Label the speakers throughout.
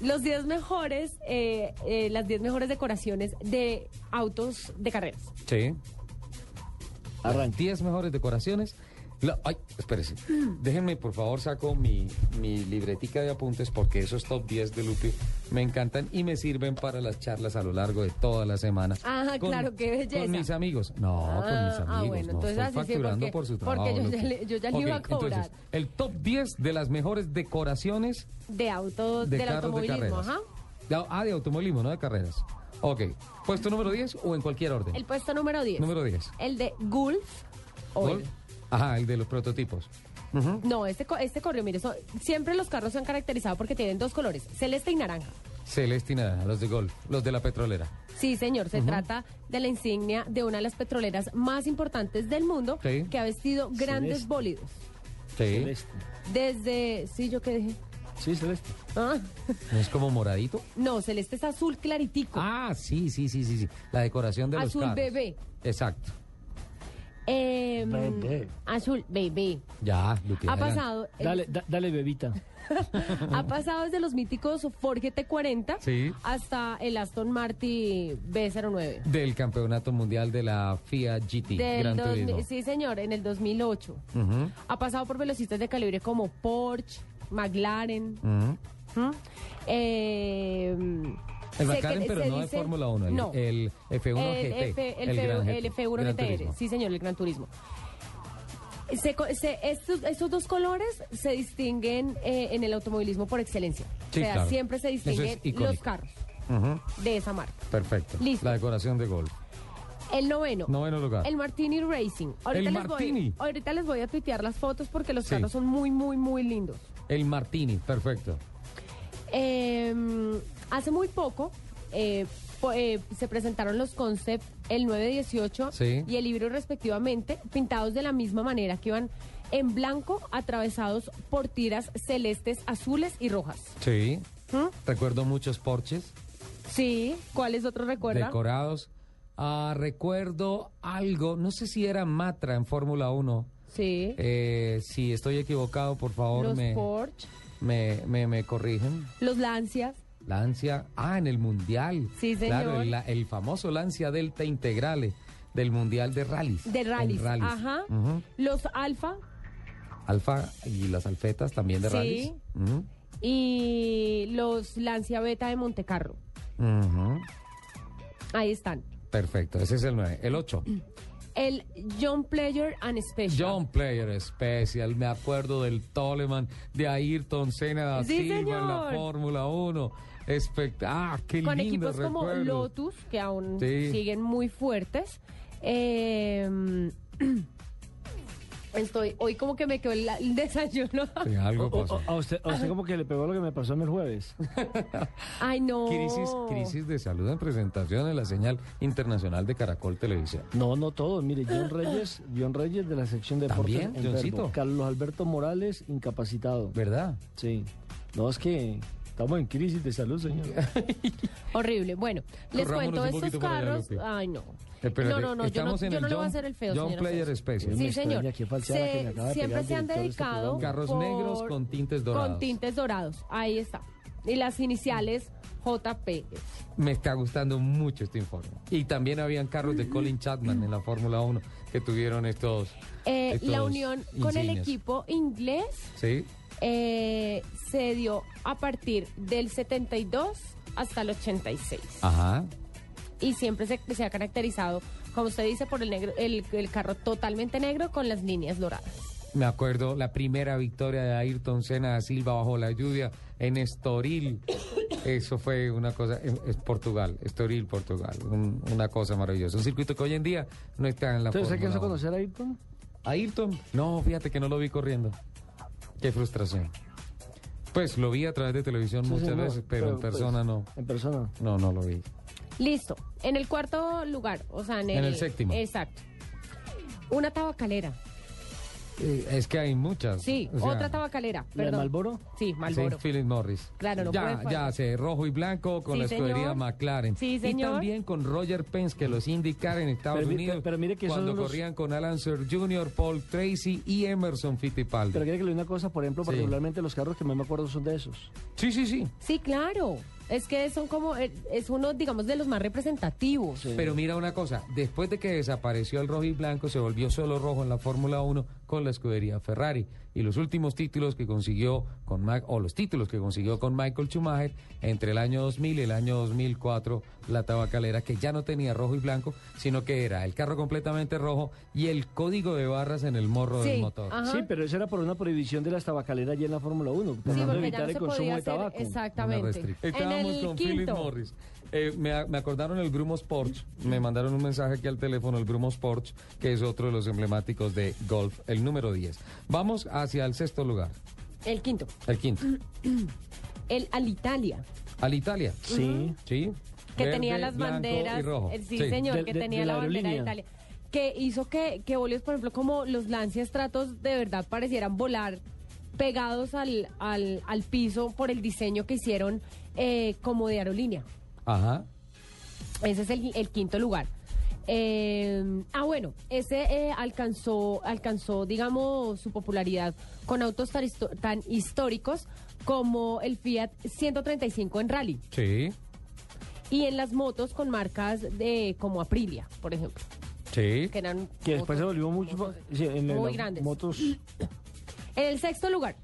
Speaker 1: Los 10 mejores, eh, eh, las 10 mejores decoraciones de autos de carreras.
Speaker 2: Sí. Arranque. 10 mejores decoraciones. La- ay, espérese.
Speaker 1: Mm.
Speaker 2: Déjenme, por favor, saco mi, mi libretica de apuntes porque esos top 10 de Lupi me encantan y me sirven para las charlas a lo largo de toda la semana.
Speaker 1: Ah, claro, qué belleza.
Speaker 2: Con mis amigos. No,
Speaker 1: Ah,
Speaker 2: con mis
Speaker 1: ah,
Speaker 2: amigos.
Speaker 1: bueno,
Speaker 2: no,
Speaker 1: entonces
Speaker 2: estoy
Speaker 1: así sí,
Speaker 2: facturando
Speaker 1: porque-
Speaker 2: por su
Speaker 1: porque yo
Speaker 2: trabajo.
Speaker 1: ya
Speaker 2: Lupi.
Speaker 1: le- yo ya le iba a
Speaker 2: Ok, entonces,
Speaker 1: cobrar.
Speaker 2: el top 10 de las mejores decoraciones
Speaker 1: De autos,
Speaker 2: de
Speaker 1: del
Speaker 2: carros de
Speaker 1: automovilismo,
Speaker 2: carreras.
Speaker 1: ajá.
Speaker 2: De- ah, de automovilismo, no de carreras. Ok. Puesto número 10 o en cualquier orden.
Speaker 1: El puesto número 10.
Speaker 2: Número 10.
Speaker 1: El de Gulf Oil.
Speaker 2: Gol. Ajá, el de los prototipos.
Speaker 1: No, este, co- este corrió, mire, so- siempre los carros se han caracterizado porque tienen dos colores, celeste y naranja.
Speaker 2: Celeste y naranja, los de Gol, los de la petrolera.
Speaker 1: Sí, señor, se trata de la insignia de una de las petroleras más importantes del mundo
Speaker 2: Sí.
Speaker 1: que ha vestido grandes
Speaker 3: Celeste.
Speaker 1: bólidos.
Speaker 2: Sí.
Speaker 3: Celeste.
Speaker 1: Desde, sí, yo qué dije.
Speaker 3: Sí, celeste.
Speaker 1: Ah,
Speaker 2: ¿No es como moradito?
Speaker 1: no, celeste es azul claritico.
Speaker 2: Ah, sí, sí, sí, sí, sí. La decoración de los
Speaker 1: Azul
Speaker 2: carros.
Speaker 1: bebé.
Speaker 2: Exacto.
Speaker 1: Em,
Speaker 3: Bebé.
Speaker 1: azul, baby.
Speaker 2: Ya, Lupi.
Speaker 1: Ha
Speaker 2: adelante.
Speaker 1: pasado, el-
Speaker 3: Dale, da- dale, bebita.
Speaker 1: ha pasado desde los míticos Ford GT40
Speaker 2: Sí.
Speaker 1: hasta el Aston Martin B09.
Speaker 2: Del campeonato mundial de la FIA GT.
Speaker 1: Del
Speaker 2: Gran
Speaker 1: dos mil-
Speaker 2: Turismo. Mm.
Speaker 1: sí, señor, en el 2008.
Speaker 2: Ujú,
Speaker 1: Ha pasado por velocistas de calibre como Porsche, McLaren.
Speaker 2: ujú.
Speaker 1: ¿Mm? Eh, sé
Speaker 2: El McLaren,
Speaker 1: que
Speaker 2: pero
Speaker 1: se
Speaker 2: no de
Speaker 1: dice-
Speaker 2: Fórmula 1. El,
Speaker 1: no.
Speaker 2: el F1
Speaker 1: El
Speaker 2: GT.
Speaker 1: F- el F-
Speaker 2: Gran
Speaker 1: el
Speaker 2: GT,
Speaker 1: F1
Speaker 2: Gran
Speaker 1: GTR.
Speaker 2: Turismo.
Speaker 1: Sí, señor, el Gran Turismo. Se co- se- estos, estos dos colores se distinguen eh, en el automovilismo por excelencia.
Speaker 2: Sí,
Speaker 1: o sea,
Speaker 2: claro.
Speaker 1: siempre se
Speaker 2: Eso es
Speaker 1: distinguen
Speaker 2: icónico.
Speaker 1: los carros
Speaker 2: Ujú,
Speaker 1: de esa marca.
Speaker 2: Perfecto.
Speaker 1: Listo.
Speaker 2: La decoración de Gol.
Speaker 1: El noveno.
Speaker 2: Noveno lugar.
Speaker 1: El Martini Racing. Ahorita,
Speaker 2: El
Speaker 1: les
Speaker 2: Martini.
Speaker 1: Voy, ahorita les voy a tuitear las fotos porque los
Speaker 2: Sí.
Speaker 1: carros son muy, muy, muy lindos.
Speaker 2: El Martini, perfecto.
Speaker 1: Eh, hace muy poco eh, po- eh, se presentaron los concept el 918
Speaker 2: Sí.
Speaker 1: y el libro respectivamente, pintados de la misma manera, que iban en blanco, atravesados por tiras celestes, azules y rojas.
Speaker 2: Sí.
Speaker 1: ¿Mm?
Speaker 2: Recuerdo muchos Porches
Speaker 1: Sí, ¿cuál es otro recuerda?
Speaker 2: decorados. Ah, recuerdo algo, no sé si era Matra en Fórmula 1.
Speaker 1: sí,
Speaker 2: Eh, si estoy equivocado, por favor,
Speaker 1: los
Speaker 2: me,
Speaker 1: Porsche,
Speaker 2: me, me- me corrigen.
Speaker 1: los Lancias.
Speaker 2: Lancia, ah, en el Mundial.
Speaker 1: Sí,
Speaker 2: Claro,
Speaker 1: señor.
Speaker 2: el, la- el famoso Lancia Delta Integrale del Mundial de Rallys.
Speaker 1: De
Speaker 2: En
Speaker 1: rallies, ajá.
Speaker 2: Ujú.
Speaker 1: Los Alfa
Speaker 2: Alfa y las alfetas también de
Speaker 1: Sí.
Speaker 2: rallies. Ujú.
Speaker 1: y los Lancia Beta de Montecarlo.
Speaker 2: Ujú.
Speaker 1: Ahí están.
Speaker 2: Perfecto, ese es el 9. El 8.
Speaker 1: El John Player and Special.
Speaker 2: John Player Special, me acuerdo del Toleman, de Ayrton Senna da
Speaker 1: Sí,
Speaker 2: Silva en la
Speaker 1: señor.
Speaker 2: Fórmula 1. Espect ah, qué
Speaker 1: con
Speaker 2: lindo
Speaker 1: equipos como Lotus, que aún
Speaker 2: Sí.
Speaker 1: siguen muy fuertes. Eh, estoy, hoy como que me quedó el, el desayuno. Oh,
Speaker 2: algo
Speaker 3: O-
Speaker 2: pasó.
Speaker 3: o- a, usted, a usted como que le pegó lo que me pasó a mí el jueves.
Speaker 1: Ay, no.
Speaker 2: Crisis, crisis de salud en presentación en la señal internacional de Caracol Televisión.
Speaker 3: No, no todo. Mire, John Reyes, John Reyes de la sección de deportes.
Speaker 2: ¿También?
Speaker 3: enfermo.
Speaker 2: ¿Johncito?
Speaker 3: Carlos Alberto Morales, incapacitado.
Speaker 2: ¿Verdad?
Speaker 3: Sí. No, es que estamos en crisis de salud, señor.
Speaker 1: Horrible. Bueno, les
Speaker 2: Corrámonos
Speaker 1: cuento
Speaker 2: un
Speaker 1: estos
Speaker 2: poquito para allá,
Speaker 1: carros.
Speaker 2: Lupe.
Speaker 1: Ay, no.
Speaker 2: Espérate,
Speaker 1: no, no, no. Yo no,
Speaker 2: estamos en
Speaker 1: yo
Speaker 2: el
Speaker 1: no le voy a
Speaker 2: John-
Speaker 1: hacer el feo.
Speaker 2: John
Speaker 1: señora
Speaker 2: Player
Speaker 1: Sosa.
Speaker 2: Special.
Speaker 3: Me
Speaker 1: Sí,
Speaker 3: extraña
Speaker 1: señor.
Speaker 3: que falseara
Speaker 1: Se-
Speaker 3: que me acaba de
Speaker 1: siempre
Speaker 3: pegar el
Speaker 1: se han
Speaker 3: director de este
Speaker 1: dedicado.
Speaker 3: programa.
Speaker 2: Carros
Speaker 1: por-
Speaker 2: negros con tintes dorados.
Speaker 1: Con tintes dorados. Ahí está. Y las iniciales
Speaker 2: Mm.
Speaker 1: JP.
Speaker 2: Me está gustando mucho este informe. Y también habían carros de Colin Chapman en la Fórmula 1 que tuvieron estos.
Speaker 1: Eh, la
Speaker 2: estos
Speaker 1: unión con el
Speaker 2: insignias.
Speaker 1: equipo inglés
Speaker 2: Sí.
Speaker 1: eh, se dio a partir del 72 hasta el 86.
Speaker 2: Ajá.
Speaker 1: Y siempre se, se ha caracterizado, como usted dice, por el, negro, el, el carro totalmente negro con las líneas doradas.
Speaker 2: Me acuerdo la primera victoria de Ayrton Senna da Silva bajo la lluvia en Estoril. Eso fue una cosa, es, es Portugal, Estoril, Portugal, un- una cosa maravillosa. Un circuito que hoy en día no está en la
Speaker 3: ¿Usted se
Speaker 2: Fórmula
Speaker 3: alcanzó a
Speaker 2: uno.
Speaker 3: conocer a Ayrton?
Speaker 2: ¿A Ayrton? No, fíjate que no lo vi corriendo. Qué frustración. Pues lo vi a través de televisión
Speaker 3: Sí,
Speaker 2: muchas
Speaker 3: señor,
Speaker 2: veces, pero, en
Speaker 3: pues,
Speaker 2: persona no.
Speaker 3: En persona.
Speaker 2: No, no lo vi.
Speaker 1: Listo. En el cuarto lugar, o sea, en el,
Speaker 2: En el séptimo.
Speaker 1: Exacto. Una tabacalera.
Speaker 2: Eh, Es que hay muchas.
Speaker 1: Sí,
Speaker 2: o sea,
Speaker 1: otra tabacalera.
Speaker 3: ¿La de
Speaker 1: Perdón.
Speaker 3: Malboro?
Speaker 1: Sí, Malboro.
Speaker 2: Sí, Philip Morris.
Speaker 1: Claro, no puede
Speaker 2: ya,
Speaker 1: faltar.
Speaker 2: ya sé, rojo y blanco con
Speaker 1: Sí,
Speaker 2: la escudería
Speaker 1: señor.
Speaker 2: McLaren.
Speaker 1: Sí, señor.
Speaker 2: Y también con Roger Pence, que los IndyCar en Estados
Speaker 3: Pero mi-
Speaker 2: Unidos.
Speaker 3: pero mire que esos
Speaker 2: cuando
Speaker 3: son los-
Speaker 2: corrían con Alan Sir Jr., Paul Tracy y Emerson Fittipaldi.
Speaker 3: Pero quiere que le diga una cosa, por ejemplo,
Speaker 2: Sí.
Speaker 3: particularmente los carros que más me acuerdo son de esos.
Speaker 2: Sí, sí, sí.
Speaker 1: Sí, claro. Es que son como, eh, es uno, digamos, de los más representativos.
Speaker 2: Pero mira una cosa, después de que desapareció el rojo y blanco, se volvió solo rojo en la Fórmula 1 con la escudería Ferrari. Y los últimos títulos que consiguió con Ma- o los títulos que consiguió con Michael Schumacher entre el año 2000 y el año 2004, la tabacalera, que ya no tenía rojo y blanco, sino que era el carro completamente rojo y el código de barras en el morro
Speaker 1: Sí,
Speaker 2: del motor.
Speaker 1: ajá.
Speaker 3: Sí, pero eso era por una prohibición de las tabacaleras allí en la Fórmula 1,
Speaker 1: Sí,
Speaker 3: tratando de
Speaker 1: porque ya
Speaker 3: evitar
Speaker 1: no
Speaker 3: el
Speaker 1: se
Speaker 3: consumo
Speaker 1: podía
Speaker 3: de
Speaker 1: hacer.
Speaker 3: tabaco.
Speaker 2: Una
Speaker 1: Exactamente.
Speaker 2: restricción.
Speaker 1: En
Speaker 2: Estábamos
Speaker 1: el
Speaker 2: con Philip
Speaker 1: quinto.
Speaker 2: Morris. Eh, me, a- me acordaron el Grumo Sports. Me mandaron un mensaje aquí al teléfono, el Grumo Sports, que es otro de los emblemáticos de golf, el número 10. Vamos hacia el sexto lugar,
Speaker 1: El quinto.
Speaker 2: el quinto.
Speaker 1: El Alitalia.
Speaker 2: Al Italia.
Speaker 3: Sí.
Speaker 2: Sí.
Speaker 1: que
Speaker 2: Verde,
Speaker 1: tenía las
Speaker 2: blanco
Speaker 1: banderas,
Speaker 2: Y rojo.
Speaker 1: el- sí, señor,
Speaker 3: De-
Speaker 1: que
Speaker 3: de-
Speaker 1: tenía
Speaker 3: de
Speaker 1: la,
Speaker 3: la
Speaker 1: bandera de
Speaker 3: aerolínea.
Speaker 1: Italia, que hizo que, que boleos, por ejemplo, como los Lancia Stratos de verdad parecieran volar pegados al, al, al piso por el diseño que hicieron eh, como de aerolínea.
Speaker 2: Ajá.
Speaker 1: Ese es el, el quinto lugar. Eh, ah, bueno, ese eh, alcanzó, alcanzó, digamos, su popularidad con autos tan, histo- tan históricos como el Fiat 135 en rally
Speaker 2: Sí.
Speaker 1: y en las motos con marcas de como Aprilia, por ejemplo,
Speaker 2: Sí.
Speaker 1: que eran
Speaker 3: Que después se
Speaker 1: motos-
Speaker 3: volvió mucho...
Speaker 1: motos.
Speaker 3: fa- sí, en
Speaker 1: Muy
Speaker 3: las
Speaker 1: grandes.
Speaker 3: Motos...
Speaker 1: En el sexto lugar.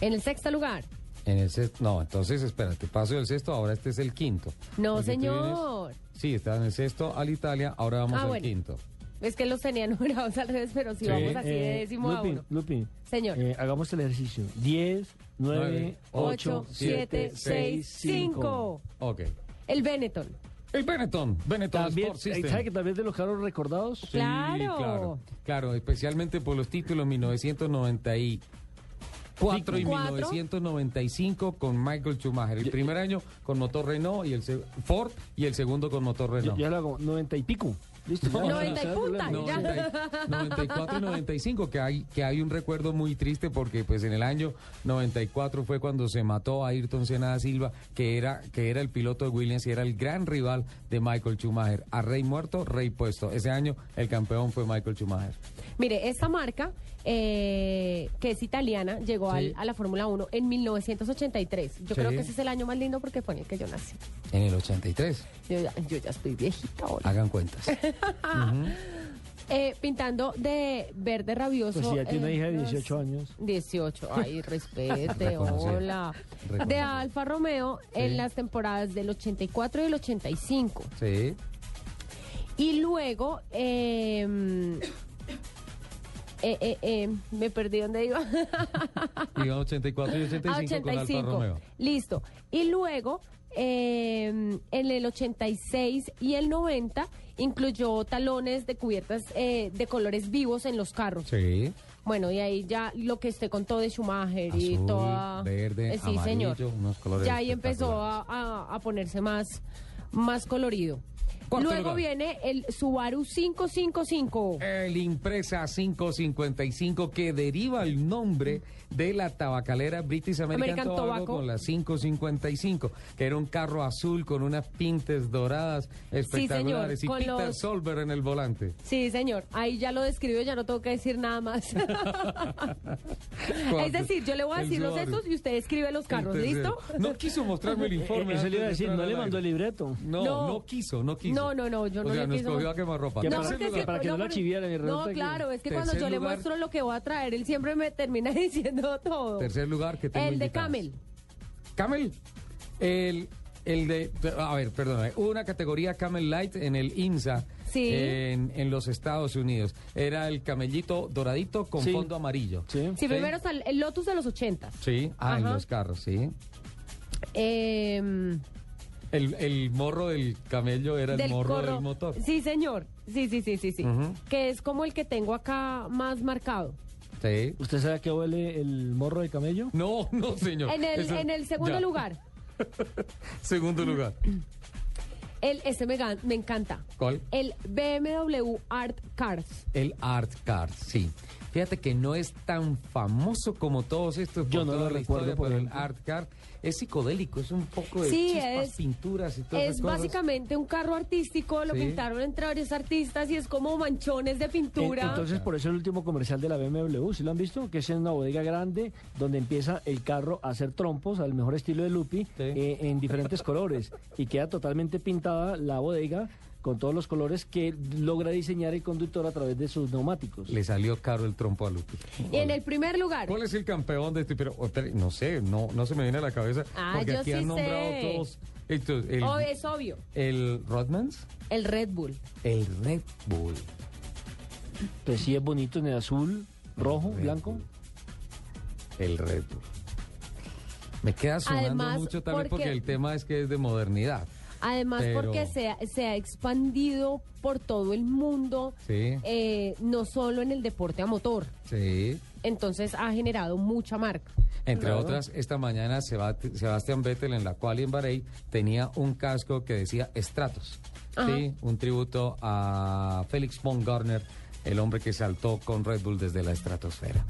Speaker 1: En el sexto lugar.
Speaker 2: En el sexto. No, entonces espérate, paso del sexto, ahora este es el quinto.
Speaker 1: No,
Speaker 2: Porque tú
Speaker 3: Pues,
Speaker 1: señor.
Speaker 2: vienes- Sí, está en el sexto al Italia, ahora vamos
Speaker 1: Ah,
Speaker 2: al
Speaker 1: bueno.
Speaker 2: quinto.
Speaker 1: Es que los tenía numerados al revés, pero si
Speaker 2: Sí.
Speaker 1: vamos así de
Speaker 3: Eh,
Speaker 1: décimo a
Speaker 3: Lupi,
Speaker 1: uno.
Speaker 3: Lupi,
Speaker 1: Señor.
Speaker 3: eh, hagamos el ejercicio. 10, 9,
Speaker 2: Nueve,
Speaker 3: 8,
Speaker 1: Ocho, siete,
Speaker 3: 7,
Speaker 1: seis,
Speaker 3: 6, 5.
Speaker 1: cinco.
Speaker 2: Ok.
Speaker 1: El Benetton.
Speaker 2: El Benetton, Benetton
Speaker 3: También, eh,
Speaker 2: Sport System.
Speaker 3: ¿Sabe que también de los carros recordados?
Speaker 2: Sí,
Speaker 1: Claro.
Speaker 2: claro. Claro, especialmente por los títulos 1994 y
Speaker 1: Cuatro.
Speaker 2: 1995 con Michael Schumacher. El primer año con motor Renault y el se- Ford y el segundo con motor
Speaker 3: Yo,
Speaker 2: Renault.
Speaker 3: yo lo hago 90 y pico. Listo.
Speaker 2: No,
Speaker 1: Noventa y puta,
Speaker 3: No,
Speaker 1: ya.
Speaker 2: 90 94 y 95, que hay, que hay un recuerdo muy triste porque pues en el año 94 fue cuando se mató a Ayrton Senna da Silva, que era, que era el piloto de Williams y era el gran rival de Michael Schumacher. A rey muerto, rey puesto. Ese año el campeón fue Michael Schumacher.
Speaker 1: Mire, esta marca, eh, que es italiana, llegó
Speaker 2: Sí.
Speaker 1: al- a la Fórmula 1 en 1983. Yo
Speaker 2: Sí.
Speaker 1: creo que ese es el año más lindo porque fue en el que yo nací.
Speaker 2: En el 83,
Speaker 1: Yo ya, yo ya estoy viejita ahora.
Speaker 2: hagan cuentas.
Speaker 1: Eh, pintando de verde rabioso.
Speaker 3: Pues si ya tiene una
Speaker 1: eh,
Speaker 3: hija de
Speaker 1: los-
Speaker 3: 18 años.
Speaker 1: 18, ay, respete,
Speaker 2: Reconocida.
Speaker 1: hola. De
Speaker 2: Reconocida.
Speaker 1: Alfa Romeo en las temporadas del 84 y el 85.
Speaker 2: Sí,
Speaker 1: Y luego, eh, mm, eh, eh, eh, me perdí donde iba.
Speaker 2: y 84 y 85,
Speaker 1: A
Speaker 2: con Alfa
Speaker 1: 85.
Speaker 2: Romeo.
Speaker 1: Listo. Y luego, eh, en el 86 y el 90, incluyó talones de cubiertas eh, de colores vivos en los carros.
Speaker 2: Sí,
Speaker 1: Bueno, y ahí ya lo que usted contó de Schumacher y
Speaker 2: Azul,
Speaker 1: toda...
Speaker 2: verde,
Speaker 1: Eh, sí, señor.
Speaker 2: amarillo, unos colores
Speaker 1: Ya ahí empezó a,
Speaker 2: espectaculares.
Speaker 1: a- a ponerse más, más colorido.
Speaker 2: Cuarto
Speaker 1: Luego
Speaker 2: lugar.
Speaker 1: viene el Subaru 555.
Speaker 2: El Impresa 555 que deriva el nombre de la tabacalera British American,
Speaker 1: American
Speaker 2: Tobacco,
Speaker 1: Tobacco.
Speaker 2: con la 555, que era un carro azul con unas pintes doradas espectaculares
Speaker 1: con
Speaker 2: y Peter
Speaker 1: los-
Speaker 2: Solver en el volante.
Speaker 1: Sí, señor. Ahí ya lo describió, ya no tengo que decir nada más. es decir, yo le voy a
Speaker 2: El
Speaker 1: decir los
Speaker 2: Subaru.
Speaker 1: estos y usted escribe los carros,
Speaker 2: El
Speaker 1: ¿listo?
Speaker 2: tercero. No quiso mostrarme el informe.
Speaker 3: Eh, eso
Speaker 2: antes
Speaker 3: le iba a
Speaker 2: de
Speaker 3: decir,
Speaker 2: entrar
Speaker 3: no
Speaker 2: al
Speaker 3: le mandó el
Speaker 2: aire.
Speaker 3: libreto.
Speaker 2: No,
Speaker 1: No.
Speaker 2: no, quiso, no quiso.
Speaker 1: No, no, no, yo no
Speaker 2: O sea,
Speaker 1: le
Speaker 2: nos
Speaker 1: quiso
Speaker 2: cogió
Speaker 1: mo-
Speaker 2: a quemarropa.
Speaker 3: Que
Speaker 1: No,
Speaker 3: para-
Speaker 1: porque es que-
Speaker 3: para que no la
Speaker 1: porque-
Speaker 3: chiviaran y
Speaker 1: No,
Speaker 3: resulta que-
Speaker 1: claro, es que cuando yo
Speaker 2: Tercer
Speaker 1: le
Speaker 2: lugar.
Speaker 1: muestro lo que voy a traer, él siempre me termina diciendo todo.
Speaker 2: Tercer lugar que tengo
Speaker 1: El de
Speaker 2: invitados.
Speaker 1: Camel.
Speaker 2: Camel, el, el de, a ver, perdóname, hubo una categoría Camel Light en el INSA
Speaker 1: Sí.
Speaker 2: en, en los Estados Unidos. Era el camellito doradito con
Speaker 3: Sí.
Speaker 2: fondo amarillo.
Speaker 3: Sí.
Speaker 1: Sí, primero está el- el Lotus de los 80.
Speaker 2: Sí, ah, en
Speaker 1: Ajá.
Speaker 2: los carros, sí.
Speaker 1: Eh,
Speaker 2: El, el morro del camello era el morro
Speaker 1: corro-
Speaker 2: del motor.
Speaker 1: Sí, señor. Sí, sí, sí, sí, sí.
Speaker 2: Ujú.
Speaker 1: Que es como el que tengo acá más marcado.
Speaker 2: usted.
Speaker 3: ¿Usted sabe a qué huele el morro de camello?
Speaker 2: No, no, señor.
Speaker 1: En el,
Speaker 2: Eso-
Speaker 1: en el segundo
Speaker 2: ya.
Speaker 1: lugar,
Speaker 2: Segundo lugar.
Speaker 1: el, ese me, gan- me encanta.
Speaker 2: ¿Cuál?
Speaker 1: El BMW Art Cars.
Speaker 2: El Art Card, sí. Fíjate que no es tan famoso como todos estos. por
Speaker 3: Yo no
Speaker 2: toda
Speaker 3: lo
Speaker 2: la
Speaker 3: recuerdo,
Speaker 2: historia,
Speaker 3: por
Speaker 2: pero el
Speaker 3: ejemplo.
Speaker 2: Art Card es psicodélico, es un poco de
Speaker 1: Sí,
Speaker 2: chispas,
Speaker 1: es-
Speaker 2: pinturas y todo
Speaker 1: Es básicamente un carro artístico, lo
Speaker 2: Sí.
Speaker 1: pintaron entre varios artistas y es como manchones de pintura.
Speaker 2: Eh,
Speaker 3: En- Entonces, por eso el último comercial de la BMW, ¿sí lo han visto? Que es en una bodega grande donde empieza el carro a hacer trompos al mejor estilo de Lupi eh, en diferentes colores y queda totalmente pintada la bodega con todos los colores que logra diseñar el conductor a través de sus neumáticos.
Speaker 2: Le salió caro el trompo a Lupi.
Speaker 1: y en el primer lugar,
Speaker 2: ¿Cuál es el campeón de este? Pero, o, espere, no sé, no, no se me viene a la cabeza.
Speaker 1: Ah,
Speaker 2: porque
Speaker 1: yo
Speaker 2: aquí
Speaker 1: sí
Speaker 2: han
Speaker 1: sé.
Speaker 2: nombrado todos. estos, el,
Speaker 1: oh, es obvio,
Speaker 2: el Rodmans,
Speaker 1: el Red Bull.
Speaker 2: el Red Bull.
Speaker 3: Pues sí es bonito en el azul, rojo,
Speaker 2: Red
Speaker 3: blanco.
Speaker 2: Bull. El Red Bull. Me queda sonando
Speaker 1: Además,
Speaker 2: mucho también porque...
Speaker 1: porque-
Speaker 2: el tema es que es de modernidad.
Speaker 1: Además,
Speaker 2: Pero-
Speaker 1: porque se, ha- se ha expandido por todo el mundo,
Speaker 2: Sí.
Speaker 1: eh, no solo en el deporte a motor.
Speaker 2: Sí.
Speaker 1: Entonces ha generado mucha marca.
Speaker 2: Entre
Speaker 3: Claro.
Speaker 2: otras, esta mañana Sebast- Sebastián Vettel en la cual en Bahrein tenía un casco que decía Stratos.
Speaker 1: Ajá.
Speaker 2: Sí, un tributo a Félix von Garner, el hombre que saltó con Red Bull desde la estratosfera.